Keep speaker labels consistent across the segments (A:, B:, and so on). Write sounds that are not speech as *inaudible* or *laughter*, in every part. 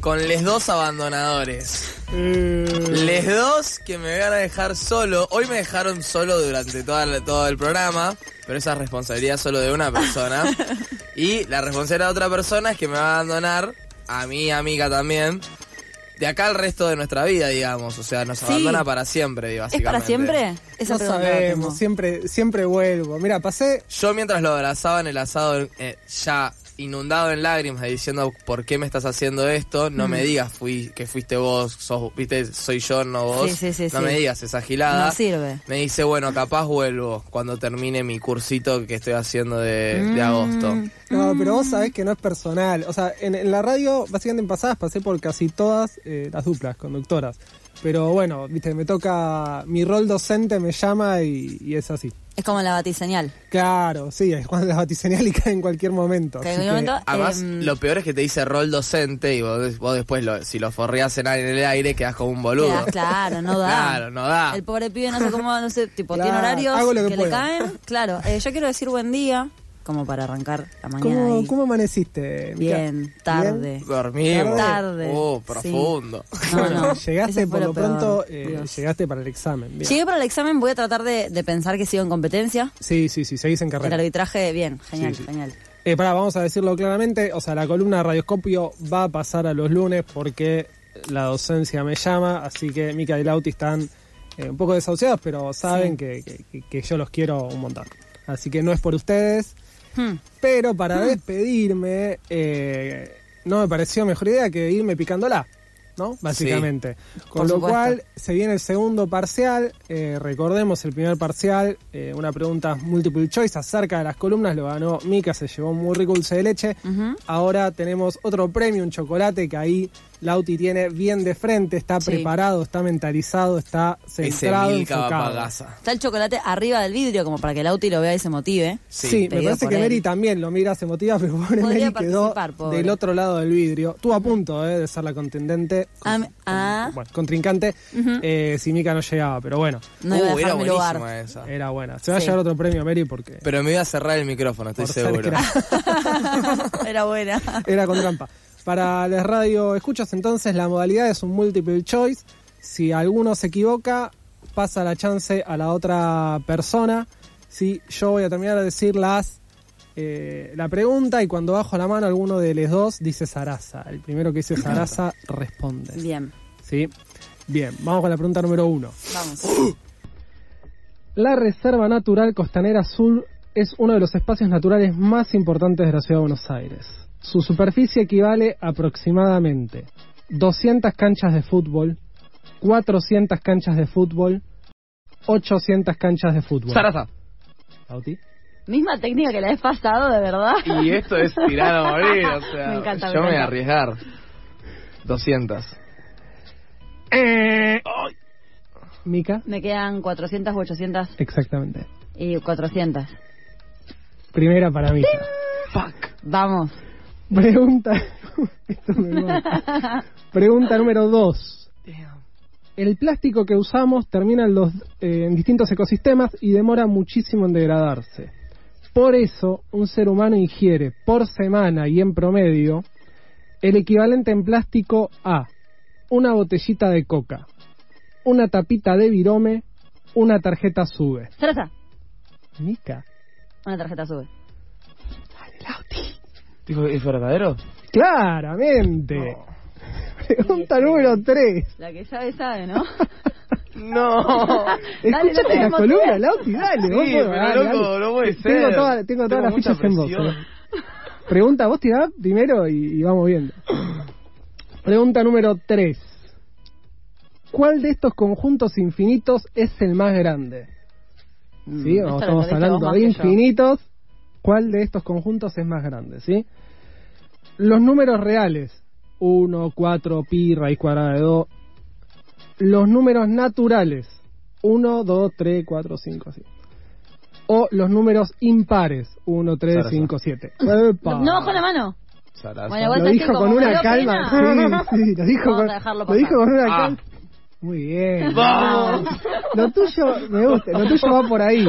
A: con los dos abandonadores.
B: Mm.
A: Les dos que me van a dejar solo. Hoy me dejaron solo durante toda la- todo el programa, pero esa es responsabilidad solo de una
B: *laughs*
A: persona. y la responsabilidad de otra persona es que me va a abandonar, a mi amiga también, de acá al resto de nuestra vida, digamos. O sea, nos abandona para siempre, digo,
B: ¿Es
A: básicamente.
B: para siempre? Esa pregunta
C: No
B: la tengo.
C: sabemos, siempre, siempre vuelvo. Mira, pasé.
A: Yo mientras lo abrazaba en el asado, eh, ya inundado en lágrimas, diciendo por qué me estás haciendo esto, no me digas fui, que fuiste vos, sos- viste, soy yo, no vos.
B: Mm. Sí, sí, sí,
A: no
B: sí.
A: me digas esa gilada.
B: No sirve.
A: Me dice, bueno, capaz vuelvo cuando termine mi cursito que estoy haciendo de,
B: Mm.
A: de agosto.
C: No, pero vos sabés que no es personal. O sea, en, en la radio, básicamente en pasadas, pasé por casi todas eh, las duplas conductoras. Pero bueno, viste, me toca. Mi rol docente me llama y, y es así.
B: Es como la batiseñal.
C: Claro, sí, es cuando las batiseñal y cae en cualquier momento.
B: Que en
C: así
B: algún
C: que-
B: momento,
A: Además,
B: em,
A: lo peor es que te dice rol docente y vos, vos después, lo- si lo forreás en el aire, quedás como un boludo.
B: quedás- claro, no da.
A: Claro, no da.
B: El pobre pibe no sé cómo, no sé, tipo, tiene
C: Claro,
B: horarios
C: hago lo que
B: le
C: puedo.
B: caen. Claro, eh, yo quiero decir buen día, como para arrancar la mañana.
C: ¿Cómo,
B: ahí.
C: cómo amaneciste? Mica?
B: Bien, tarde.
A: Dormimos.
B: Tarde.
A: Oh,
B: Sí.
A: profundo.
B: No,
C: *laughs*
B: no.
C: Llegaste
B: eso fue
C: por lo
B: peor.
C: pronto, eh,
B: Dios.
C: llegaste para el examen. bien.
B: Llegué para el examen, voy a tratar de, de pensar que sigo en competencia.
C: Sí, sí, sí, seguís en
B: El
C: carrera.
B: arbitraje, bien, genial,
C: Sí, sí.
B: genial.
C: Eh, pará, vamos a decirlo claramente, o sea, la columna Radioscopio va a pasar a los lunes porque la docencia me llama, así que Mica y Lauti están eh, un poco desahuciados, pero saben
B: Sí.
C: que, que- que yo los quiero un montón. Así que no es por ustedes,
B: Hmm.
C: pero para despedirme, eh, no me pareció mejor idea que irme picándola, ¿no? Básicamente.
B: Por
C: Con lo
B: supuesto.
C: cual, se viene el segundo parcial. eh, recordemos el primer parcial, eh, una pregunta multiple choice acerca de las columnas, lo ganó Mika, se llevó muy rico dulce de leche.
B: Ujú.
C: Ahora tenemos otro premio, un chocolate que ahí Lauti tiene bien de frente, está
B: Sí.
C: preparado, está mentalizado, está
A: Ese
C: centrado,
A: Milka va pa'
C: enfocado.
A: Gaza.
B: Está el chocolate arriba del vidrio, como para que el auto y lo vea y se motive.
C: Sí, me
B: Pedido
C: parece
B: por
C: que
B: él.
C: Mary también lo mira, se motiva, *laughs* pero pobre
B: Podría
C: Mary quedó
B: participar, pobre.
C: del otro lado del vidrio. Estuvo a punto eh, de ser la contendente,
B: Ah, me- ah,
C: bueno, contrincante, eh, si Mika no llegaba, pero bueno,
B: no iba a
A: Uh, era
B: dejar mi lugar.
A: buenísima esa.
C: era buena. Se va
B: Sí.
C: a llevar otro premio Mary porque
A: Pero me iba a cerrar el micrófono, estoy
C: Por ser
A: seguro.
B: *laughs*
C: crack.
B: era buena.
C: era con trampa. Para las radio escuchas entonces la modalidad es un multiple choice. Si alguno se equivoca, pasa la chance a la otra persona. Si yo voy a terminar de decir las eh, la pregunta y cuando bajo la mano alguno de los dos dice Sarasa. El primero que dice Sarasa responde.
B: Bien,
C: ¿Sí? Bien, vamos con la pregunta número uno.
B: vamos.
C: La Reserva Natural Costanera Sur es uno de los espacios naturales más importantes de la ciudad de Buenos Aires. Su superficie equivale aproximadamente 200 canchas de fútbol, 400 canchas de fútbol, 800 canchas de fútbol. Lauti.
B: Misma técnica que la vez pasado, de verdad.
A: Y esto es tirar a morir, o sea,
B: Me encanta, me
A: yo me voy a
B: encanta.
A: arriesgar. 200.
C: Eh, Mica.
B: Me quedan 400 u 800
C: Exactamente.
B: y 400.
C: Primera para Mica.
B: Vamos.
C: Pregunta. *laughs* Esto me mata. Pregunta número 2. El plástico que usamos termina en, los, eh, en distintos ecosistemas y demora muchísimo en degradarse. Por eso, un ser humano ingiere por semana y en promedio el equivalente en plástico a una botellita de coca, una tapita de virome, una tarjeta sube.
B: Sarasa.
C: Mica.
B: Una tarjeta sube.
A: Dijo, ¿es verdadero?
C: Claramente. Pregunta número 3.
B: La que sabe,
A: *laughs*
B: sabe, ¿no?
A: No.
B: Dale, no
C: Escúchate la
B: tenemos
C: columna,
B: tiempo.
C: Lauti, dale.
A: Sí,
C: vos podés,
A: pero
C: dale,
A: loco,
C: dale.
A: no puede
C: Tengo,
A: ser.
C: toda- tengo todas
A: Tengo
C: las
A: mucha
C: fichas en vos.
A: presión.
C: eh. Pregunta, vos tirá primero y, y vamos viendo. Pregunta número 3. ¿Cuál de estos conjuntos infinitos es el más grande? ¿Sí?
B: Mm, esto lo
C: Vamos, estamos
B: entendiste vos
C: hablando
B: más
C: de
B: que yo.
C: infinitos. ¿Cuál de estos conjuntos es más grande? ¿Sí? Los números reales. 1, 4, pi, raíz cuadrada de 2, los números naturales. 1, 2, 3, 4, 5, así. O los números impares. 1, 3,
D: Zaraza.
C: 5, 7.
E: *laughs* No bajó la mano.
D: Zaraza.
E: Bueno, vos
C: Lo
E: sabés
C: dijo
E: que
C: con
E: como me
C: una
E: dio
C: calma.
E: pena-
C: Sí, sí, lo dijo
E: Vamos
C: con,
E: a dejarlo
C: lo
E: pasar.
C: dijo con una
A: Ah.
C: calma. Muy bien.
A: ¡Vamos!
C: Lo tuyo me gusta, lo tuyo va por ahí.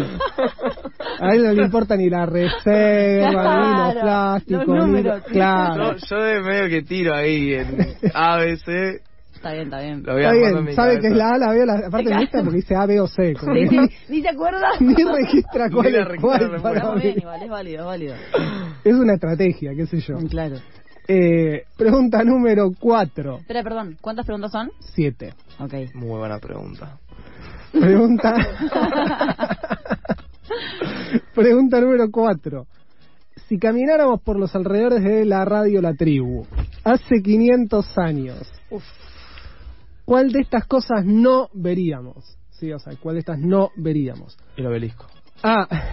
C: A él no le importa ni la reserva, ni los
E: Claro,
C: plásticos,
E: los
C: ni
E: números.
C: Claro.
A: Yo, yo de medio que tiro ahí en ABC.
B: Está bien, está bien.
A: Lo voy
C: Está
A: armando en
C: bien,
A: mi
C: sabe
A: cabeza.
C: que es la A, la B, o la... aparte
E: Claro.
C: me gusta porque dice A, B o C. como
E: Sí,
C: que
E: sí. ¿Ni se acuerda?
C: Ni
A: *laughs*
C: registra
A: Ni
C: cuál
A: la
C: es
A: registra
C: cuál
A: la
C: para
B: Está muy
C: mí.
B: bien, igual, es válido, es válido.
C: Es una estrategia, qué sé yo.
B: Claro.
C: Eh, pregunta número 4,
B: Espera, perdón, ¿cuántas preguntas son?
C: 7.
B: Ok.
A: Muy buena pregunta. *laughs*
C: Pregunta. Pregunta número 4. Si camináramos por los alrededores de la radio La Tribu, hace 500 años, ¿cuál de estas cosas no veríamos? Sí, o sea, ¿cuál de estas no veríamos?
D: El obelisco.
A: *laughs*
C: A. Ah,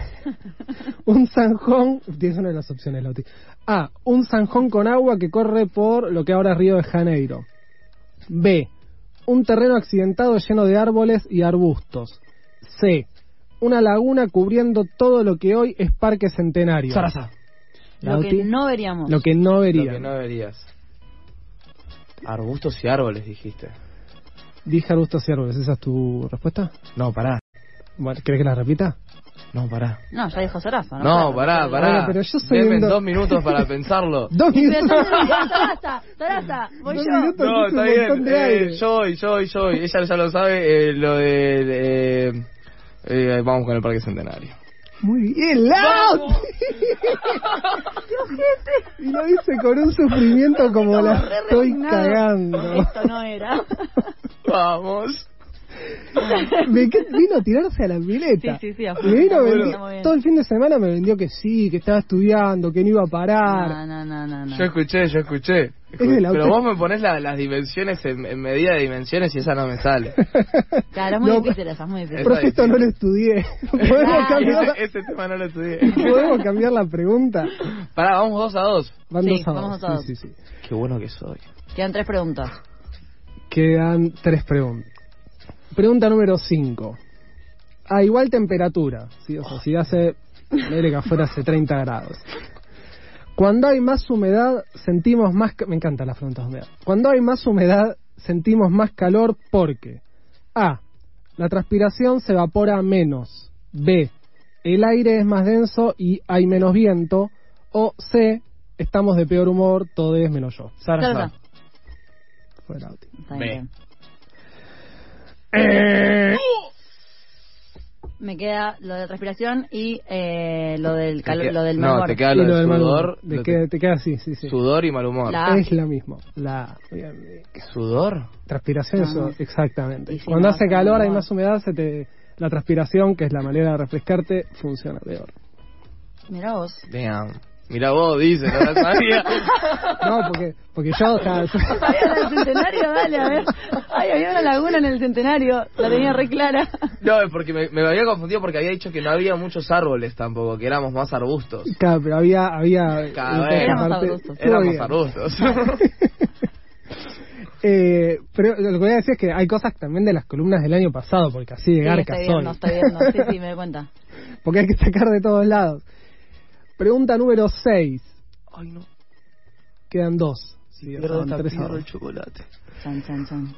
C: Un zanjón. Tienes una de las opciones, Lauti. A. Un zanjón con agua que corre por lo que ahora es Río de Janeiro. B. Un terreno accidentado lleno de árboles y arbustos. C. Una laguna cubriendo todo lo que hoy es Parque Centenario.
D: Zaraza.
B: Lo
C: Lauti.
B: que no veríamos.
C: Lo que no
D: Lo
C: vería.
D: que no verías. Arbustos y árboles, dijiste.
C: Dije arbustos y árboles. ¿Esa es tu respuesta?
D: No, pará.
C: Bueno, ¿Querés que la repita?
D: No, pará.
B: No, ya dijo Saraza.
A: No, pará, pará.
C: Bueno, pero yo soy
A: Denme
C: un do-
A: dos minutos para pensarlo.
C: *laughs*
E: Pero
C: Dos minutos.
E: entonces, Sarasa, Sarasa, voy
C: Dos *laughs*
E: yo.
C: minutos,
A: No,
C: es un
A: está
C: montón
A: bien.
C: de
A: Eh,
C: aire.
A: yo voy, yo voy, yo voy. Ella ya lo sabe, eh, lo de... eh, eh, vamos con el Parque
C: *laughs*
A: Centenario.
C: Muy bien, Lau.
B: *laughs*
C: Y lo dice con un sufrimiento como la
E: re
C: estoy
E: resignado.
C: cagando.
E: Esto no era.
A: Vamos.
C: Me que- vino a tirarse a la pileta.
B: Sí, sí, sí, a
C: Me
B: full.
C: vino a
B: Bueno.
C: vendir-
B: Está muy bien.
C: todo el fin de semana me vendió que sí, que estaba estudiando, que no iba a parar.
B: No,
C: *laughs*
B: no, no, no. no.
A: Yo escuché, yo escuché.
C: Es de la
A: Pero
C: auto-
A: vos me pones la- las dimensiones en, en medida de dimensiones y esa no me
C: *laughs*
A: sale.
B: Claro, es muy
C: No,
B: difícil esa, es muy difícil.
A: Está
C: Profe, esto no lo estudié. *laughs* ¿Podemos
A: *laughs*
C: cambiar,
A: ese, ese Este, tema no lo
C: *laughs*
A: estudié.
C: ¿Podemos cambiar la pregunta?
A: Pará, vamos dos a dos.
C: Van
B: Sí,
C: dos a
B: vamos
C: dos.
B: a dos.
C: Sí, sí, sí.
D: Qué bueno que soy.
C: eh.
B: Quedan tres preguntas.
C: Quedan tres preguntas. Pregunta número 5. A igual temperatura, ¿sí? o sea, si hace, mire que afuera hace 30 grados. Cuando hay más humedad, sentimos más... ca- Me encantan las preguntas de humedad. Cuando hay más humedad, sentimos más calor porque... A. La transpiración se evapora menos. B. El aire es más denso y hay menos viento. O C. Estamos de peor humor, todo es menos yo.
D: Zaraza.
B: Zaraza.
C: Fue el audio.
B: Está bien. Eh, Me queda lo de transpiración y eh, lo del
A: Te
B: calor,
A: queda-
B: lo del
A: No,
B: mal
A: te
B: humor.
A: queda
C: Y
A: lo
C: lo
A: del
C: mal
A: sudor.
C: humor. De
A: lo
C: que- te queda así, sí, sí.
A: te- Sudor y mal humor.
B: La- Ah.
C: Es lo mismo. La bien, bien.
A: ¿Sudor?
C: transpiración,
B: Ah.
C: eso, exactamente.
B: Y si
C: Cuando
B: no,
C: hace
B: hace
C: calor,
B: mal
C: hay
B: humor.
C: más humedad, se te, la transpiración, que es la manera de refrescarte, funciona peor.
B: Mirá vos.
A: Damn. Mira vos, dice, no la
C: *laughs*
A: sabía.
C: No, porque, porque yo, o
B: *laughs*
C: sea,
E: Había una del centenario, dale, a ver. Ay, había una laguna en el centenario. La tenía re clara.
A: No, es porque me, me había confundido porque había dicho que no había muchos árboles tampoco, que éramos más arbustos.
C: claro, pero había, había
A: Cada
C: en todas
A: vez. Éramos
C: partes.
B: arbustos.
C: Estuvo
A: Éramos
C: bien. *laughs*
A: arbustos.
C: Eh, pero lo que voy a decir es que hay cosas también de las columnas del año pasado, porque así de
B: Sí,
C: garca
B: estoy
C: soy.
B: viendo, estoy viendo. Sí, sí, me doy cuenta.
C: porque hay que sacar de todos lados. Pregunta número 6.
D: Ay, no.
C: Quedan dos. Sí, o sea,
D: Pierdo
C: van
D: esta
C: tres
D: pierdo
C: ahora.
D: el chocolate.
B: Chan, chan, chan.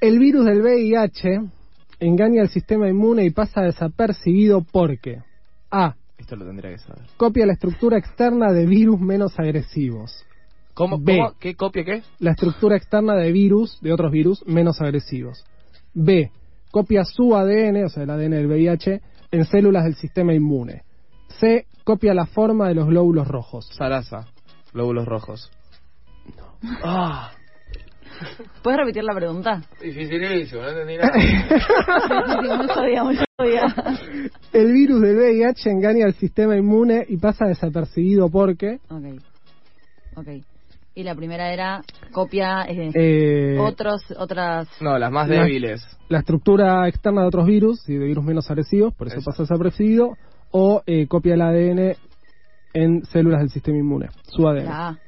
C: El virus del VIH engaña al sistema inmune y pasa desapercibido porque A.
D: Esto lo tendría que saber.
C: Copia la estructura externa de virus menos agresivos.
A: ¿Cómo?
C: B.
A: cómo ¿Qué copia qué?
C: La estructura externa de virus, de otros virus, menos agresivos. B. Copia su ADN, o sea, el ADN del VIH, en células del sistema inmune. C. Copia la forma de los glóbulos rojos.
A: Sarasa. Glóbulos rojos.
D: Ah,
B: ¿Puedes repetir la
C: *laughs*
B: pregunta?
A: Dificilísimo, no entendí nada.
B: no sabía, no sabía.
C: El virus del VIH engaña al sistema inmune y pasa desapercibido porque...
B: Ok. Ok. Y la primera era copia eh,
C: eh,
B: otros, otras...
A: *laughs* No, las más
C: Las-
A: débiles.
C: la estructura externa de otros virus y de virus menos agresivos, por eso
A: Eso.
C: pasa desapercibido, o eh, copia el
A: eh.
C: ADN en células del sistema inmune, su ADN.
B: La A.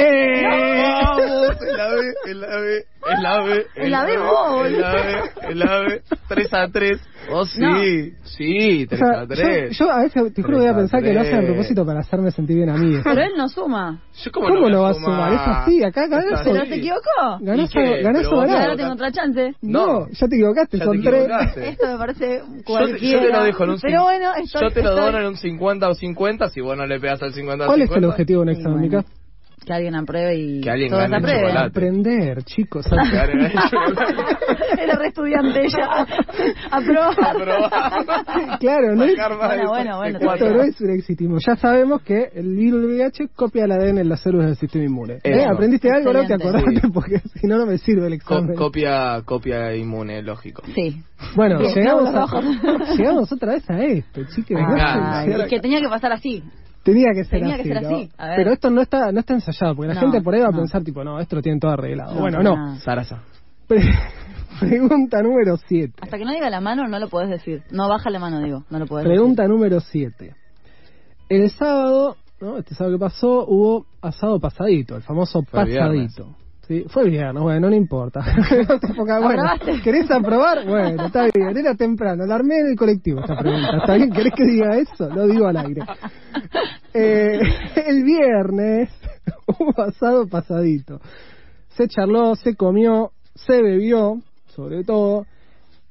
C: ¡Eh!
A: Vamos, el ave, el ave, el ave.
B: El ave vos,
A: El ave, el ave. 3 a 3. Oh, sí. Sí,
C: O
A: 3
C: sea,
A: a
C: yo,
A: 3.
C: yo a veces te
A: Tres
C: juro que voy a
A: a
C: pensar que lo hacen a
A: tres.
C: propósito para hacerme sentir bien a mí.
B: Pero él no suma.
A: Yo
C: ¿Cómo
A: voy
C: lo vas a sumar? Es así, acá
A: Es
C: ganás
A: así.
C: o-
B: ¿Pero te equivocó?
C: Ganás,
A: ¿Y qué?
C: o- ganás
A: Pero
C: o
A: vos
B: Y ahora
C: ganás.
A: te-
B: tengo otra chance.
C: No,
A: No.
C: ya te equivocaste,
A: Ya te
C: son tres.
A: equivocaste.
C: *laughs*
B: Esto me parece
A: Yo te, yo
B: cualquiera.
A: te lo dejo en un
B: Pero
A: cin-
B: bueno, estoy,
A: Yo te lo
B: estoy-
A: dono en un 50 o 50 si vos no le pegas al 50 o
C: ¿Cuál
A: 50.
C: es el objetivo de una
B: Sí,
C: exáminica?
B: bueno. Que alguien apruebe y
A: Que alguien
B: todos
A: gane el
B: aprueben. *laughs*
A: chocolate.
C: Aprender, chicos.
A: Claro, en el chocolate.
B: Era re estudiante
A: *laughs*
B: ella. Aprobar.
A: Aprobar.
C: Claro, no es-
A: Sacar más
B: Bueno,
A: de
B: bueno, bueno,
C: Esto
A: 4.
C: no es un exitismo. Ya sabemos que el VIH copia el ADN en las células del sistema inmune. ¿Eh?
A: Eso.
C: ¿Aprendiste algo? No te
B: Excelente.
C: acordaste porque si no, no me sirve el
A: Co-
C: examen.
A: copia, copia inmune, lógico.
B: Sí.
C: bueno,
B: Bien,
C: llegamos,
B: los
C: a- llegamos otra vez a esto, chiques.
A: Ah,
B: Ay,
C: Gracias.
A: sí.
B: y que tenía que pasar así.
C: Tenía que ser
B: Tenía
C: así.
B: que ser
C: ¿no?
B: así. A ver.
C: Pero esto no está, no está ensayado, porque la
B: No,
C: gente por ahí va a
B: no.
C: pensar, tipo, no, esto lo tienen todo arreglado.
B: No,
C: bueno,
B: no,
C: no.
B: no.
A: Sarasa.
C: Pre- *laughs* Pregunta número 7.
B: Hasta que no diga la mano no lo podés decir. No baja la mano, digo. No lo podés
C: Pregunta número 7. El sábado, ¿no? Este sábado que pasó, hubo asado pasadito, el famoso
A: Fue
C: pasadito. ¿Sí? Fue el viernes, bueno, no importa. *laughs* Porque, bueno,
B: ¿Aprobaste?
C: ¿Querés aprobar? Bueno, está bien, era temprano, la armé en el colectivo esta pregunta. ¿Está bien? ¿Querés que diga eso? Lo digo al aire. Eh, el viernes *laughs* hubo asado pasadito. Se charló, se comió, se bebió, sobre todo,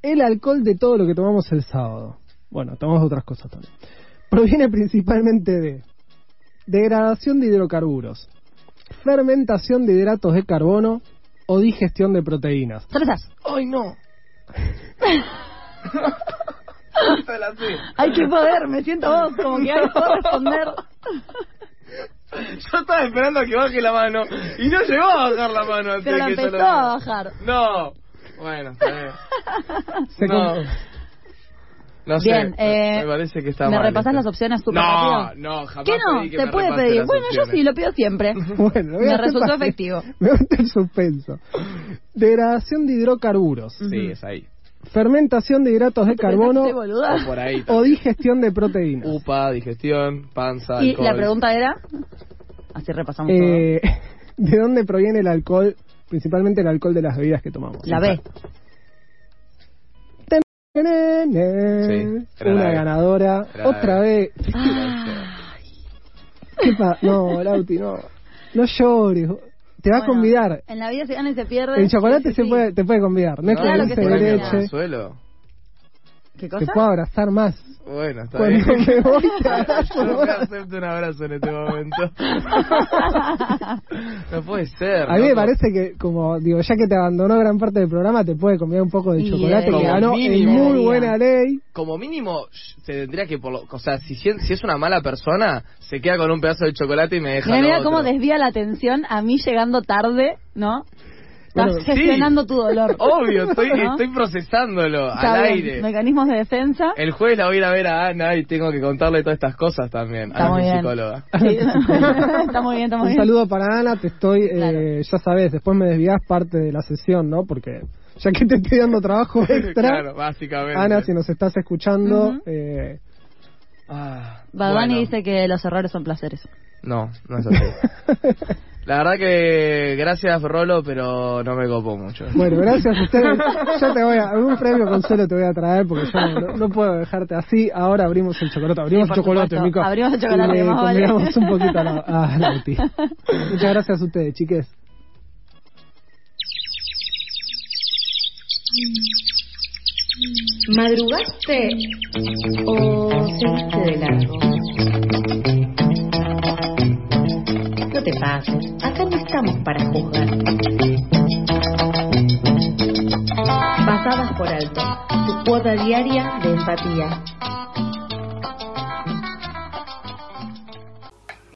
C: el alcohol de todo lo que tomamos el sábado. Bueno, tomamos otras cosas también. Proviene *laughs* principalmente de degradación de hidrocarburos, fermentación de hidratos de carbono o digestión de proteínas.
B: decir. Salsas.
A: ¡Ay, no! *laughs*
B: Hay que poder. Me siento vos como que hay
A: *laughs*
B: puedo responder.
A: Yo estaba esperando a que baje la mano y no llegó a bajar la mano antes
B: Pero la
A: de que yo lo
B: empezó
A: diga.
B: a bajar.
A: No. Bueno, está bien.
C: Se
A: no.
C: com-
A: No sé.
B: Bien, eh,
A: me parece que está
B: ¿me
A: mal.
B: repasás
A: esto.
B: las opciones súper
A: No,
B: rápido?
A: no, jamás.
B: ¿Qué no?
A: pedí que
B: Te
A: me
B: puede
A: repase
B: pedir.
A: las
B: Bueno, yo
A: opciones.
B: sí, lo
A: *laughs*
B: pido siempre.
C: *laughs* Bueno, lo voy
B: Me
C: a hacer
B: resultó
C: fácil.
B: efectivo.
C: *laughs* Me gusta el suspenso. Degradación de hidrocarburos,
A: Sí, es ahí.
B: Mm.
C: fermentación de hidratos de carbono
B: Qué boluda.
A: O por
B: *laughs*
A: ahí.
C: o
A: también.
C: digestión de proteínas.
A: Upa, digestión, panza,
B: Y
A: alcohol.
B: la pregunta era. Así repasamos
C: Eh, *laughs* ¿De dónde proviene el alcohol? Principalmente el alcohol de las bebidas que tomamos.
B: todo. La B.
A: Sí, era la
C: Una
A: B.
C: ganadora.
A: Era la E.
C: Otra vez.
A: *laughs*
B: Ah,
C: ¿Qué pa- No, Lauti, no. No llores. Te va
B: Bueno,
C: a convidar.
B: En la vida se gana y se pierde.
C: El
B: Sí,
C: chocolate
B: sí,
C: se
B: sí.
C: puede, te puede convidar. No es
B: Claro
C: con
B: que
C: dulce
B: sí.
C: de
B: Premio
C: leche.
A: Consuelo.
B: ¿Qué
C: Te
B: cosa?
C: puedo abrazar más.
A: Bueno, está *laughs* bien.
C: Cuando me voy, te
A: Yo
C: abrazo
A: no me
C: más.
A: acepto un abrazo en este
B: *laughs*
A: momento. no puede ser.
C: A mí me
A: loco.
C: parece que, como digo, ya que te abandonó gran parte del programa, te puede convidar un poco de
B: Y
C: chocolate que
A: debería,
C: ganó en
A: mínimo.
C: muy
B: debería.
C: buena ley.
A: Como mínimo, sh- se tendría que. Por lo- o sea, si, sien- si es una mala persona, se queda con un pedazo de chocolate y me deja.
B: Mira,
A: lo
B: mira
A: otro.
B: cómo desvía la atención a mí llegando tarde, ¿no? Estás
C: Bueno, sí.
B: gestionando tu dolor.
A: Obvio, estoy,
B: *laughs* ¿No?
A: estoy procesándolo
B: Está
A: al
B: bien,
A: aire.
B: Mecanismos de defensa.
A: El jueves la voy a ir a ver a Ana y tengo que contarle todas estas cosas también
B: Está
A: a Ah,
B: muy
A: mi
B: bien. *laughs*
A: psicóloga.
B: Sí. *laughs* está muy bien, está muy
C: Un
B: bien.
C: saludo para Ana, te estoy, eh,
B: Claro.
C: ya sabes, después me desviás parte de la sesión, ¿no? Porque ya que te estoy dando trabajo
A: *laughs*
C: extra,
A: claro, básicamente.
B: Ah,
C: Ana, si nos estás escuchando,
B: Ujú.
C: eh,
A: Ah,
B: Bad Bunny
A: bueno.
B: dice que los errores son placeres.
A: No, no es así.
B: *laughs*
A: La verdad que gracias Rolo, pero no me copo mucho.
C: bueno, gracias
B: *laughs*
C: a ustedes. ya te voy a, algún premio consuelo te voy a traer porque yo no, no puedo dejarte así. Ahora abrimos el chocolate, abrimos
B: Sí,
C: el
B: por
C: chocolate,
B: supuesto.
C: Mico.
B: Abrimos el chocolate,
C: Y le
B: más vale.
C: convidamos un poquito a, la, a
B: *laughs*
C: Lauti. Muchas gracias a ustedes, chiques.
F: ¿Madrugaste o seguiste de largo? No te pases, acá no estamos para juzgar. Pasadas por alto, tu cuota diaria de empatía.